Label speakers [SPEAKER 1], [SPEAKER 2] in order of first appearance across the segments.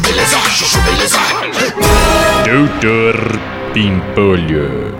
[SPEAKER 1] beleza, chuchu beleza.
[SPEAKER 2] Doutor Pimpolho.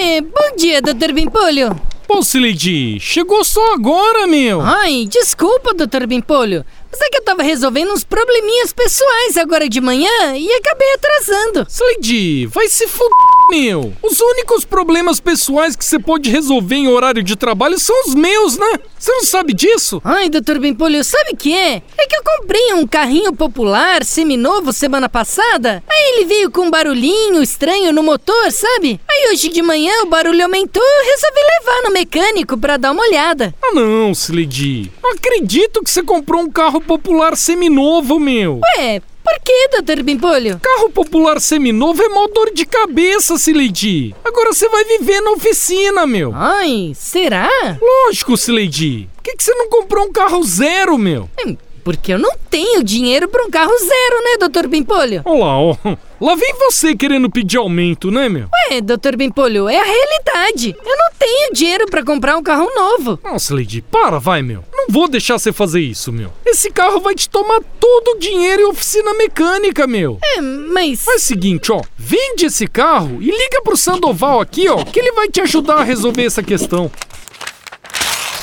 [SPEAKER 3] É, bom dia, Dr. Bimpolho.
[SPEAKER 4] Pô, Sileidi, chegou só agora, meu!
[SPEAKER 3] Ai, desculpa, Dr. Bimpolho. Mas é que eu tava resolvendo uns probleminhas pessoais agora de manhã e acabei atrasando.
[SPEAKER 4] Sileidi, vai se fuder, meu! Os únicos problemas pessoais que você pode resolver em horário de trabalho são os meus, né? Você não sabe disso?
[SPEAKER 3] Ai, Dr. Bimpolho, sabe o que é? É que eu comprei um carrinho popular seminovo semana passada. Aí ele veio com um barulhinho estranho no motor, sabe? Aí hoje de manhã o barulho aumentou e eu resolvi levar no mecânico pra dar uma olhada.
[SPEAKER 4] Ah não, Sileidi. Não acredito que você comprou um carro popular seminovo, meu!
[SPEAKER 3] Ué, É, por que, Dr. Bimpolho?
[SPEAKER 4] Carro popular seminovo é mó dor de cabeça, Sileidi. Agora você vai viver na oficina, meu!
[SPEAKER 3] Ai, será?
[SPEAKER 4] Lógico, Sileidi. Por que, que você não comprou um carro zero, meu?
[SPEAKER 3] Hum, Porque eu não tenho dinheiro pra um carro zero, né, Dr. Bimpolho?
[SPEAKER 4] Olha lá, ó. Lá vem você querendo pedir aumento, né, meu?
[SPEAKER 3] Ué, Dr. Bimpolho, é a realidade. Eu não tenho dinheiro pra comprar um carro novo.
[SPEAKER 4] Nossa, Lady, para, vai, meu. Não vou deixar você fazer isso, meu. Esse carro vai te tomar todo o dinheiro e oficina mecânica, meu.
[SPEAKER 3] É, mas.
[SPEAKER 4] Faz o seguinte, ó. Vende esse carro e liga pro Sandoval aqui, ó, que ele vai te ajudar a resolver essa questão.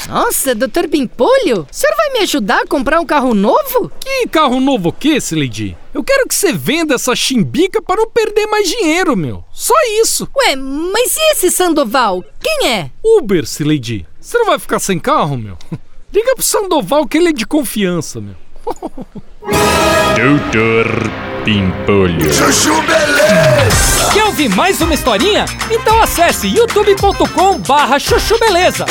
[SPEAKER 3] Nossa, Dr. Bimpolho, o senhor vai me ajudar a comprar um carro novo?
[SPEAKER 4] Que carro novo o que, Lady? Eu quero que você venda essa chimbica para não perder mais dinheiro, meu. Só isso.
[SPEAKER 3] Ué, mas e esse Sandoval? Quem é?
[SPEAKER 4] Uber, Lady. Você não vai ficar sem carro, meu? Liga pro Sandoval que ele é de confiança, meu.
[SPEAKER 2] Doutor Pimpolho.
[SPEAKER 1] Chuchu beleza.
[SPEAKER 5] Quer ouvir mais uma historinha? Então acesse youtube.com barra chuchu beleza.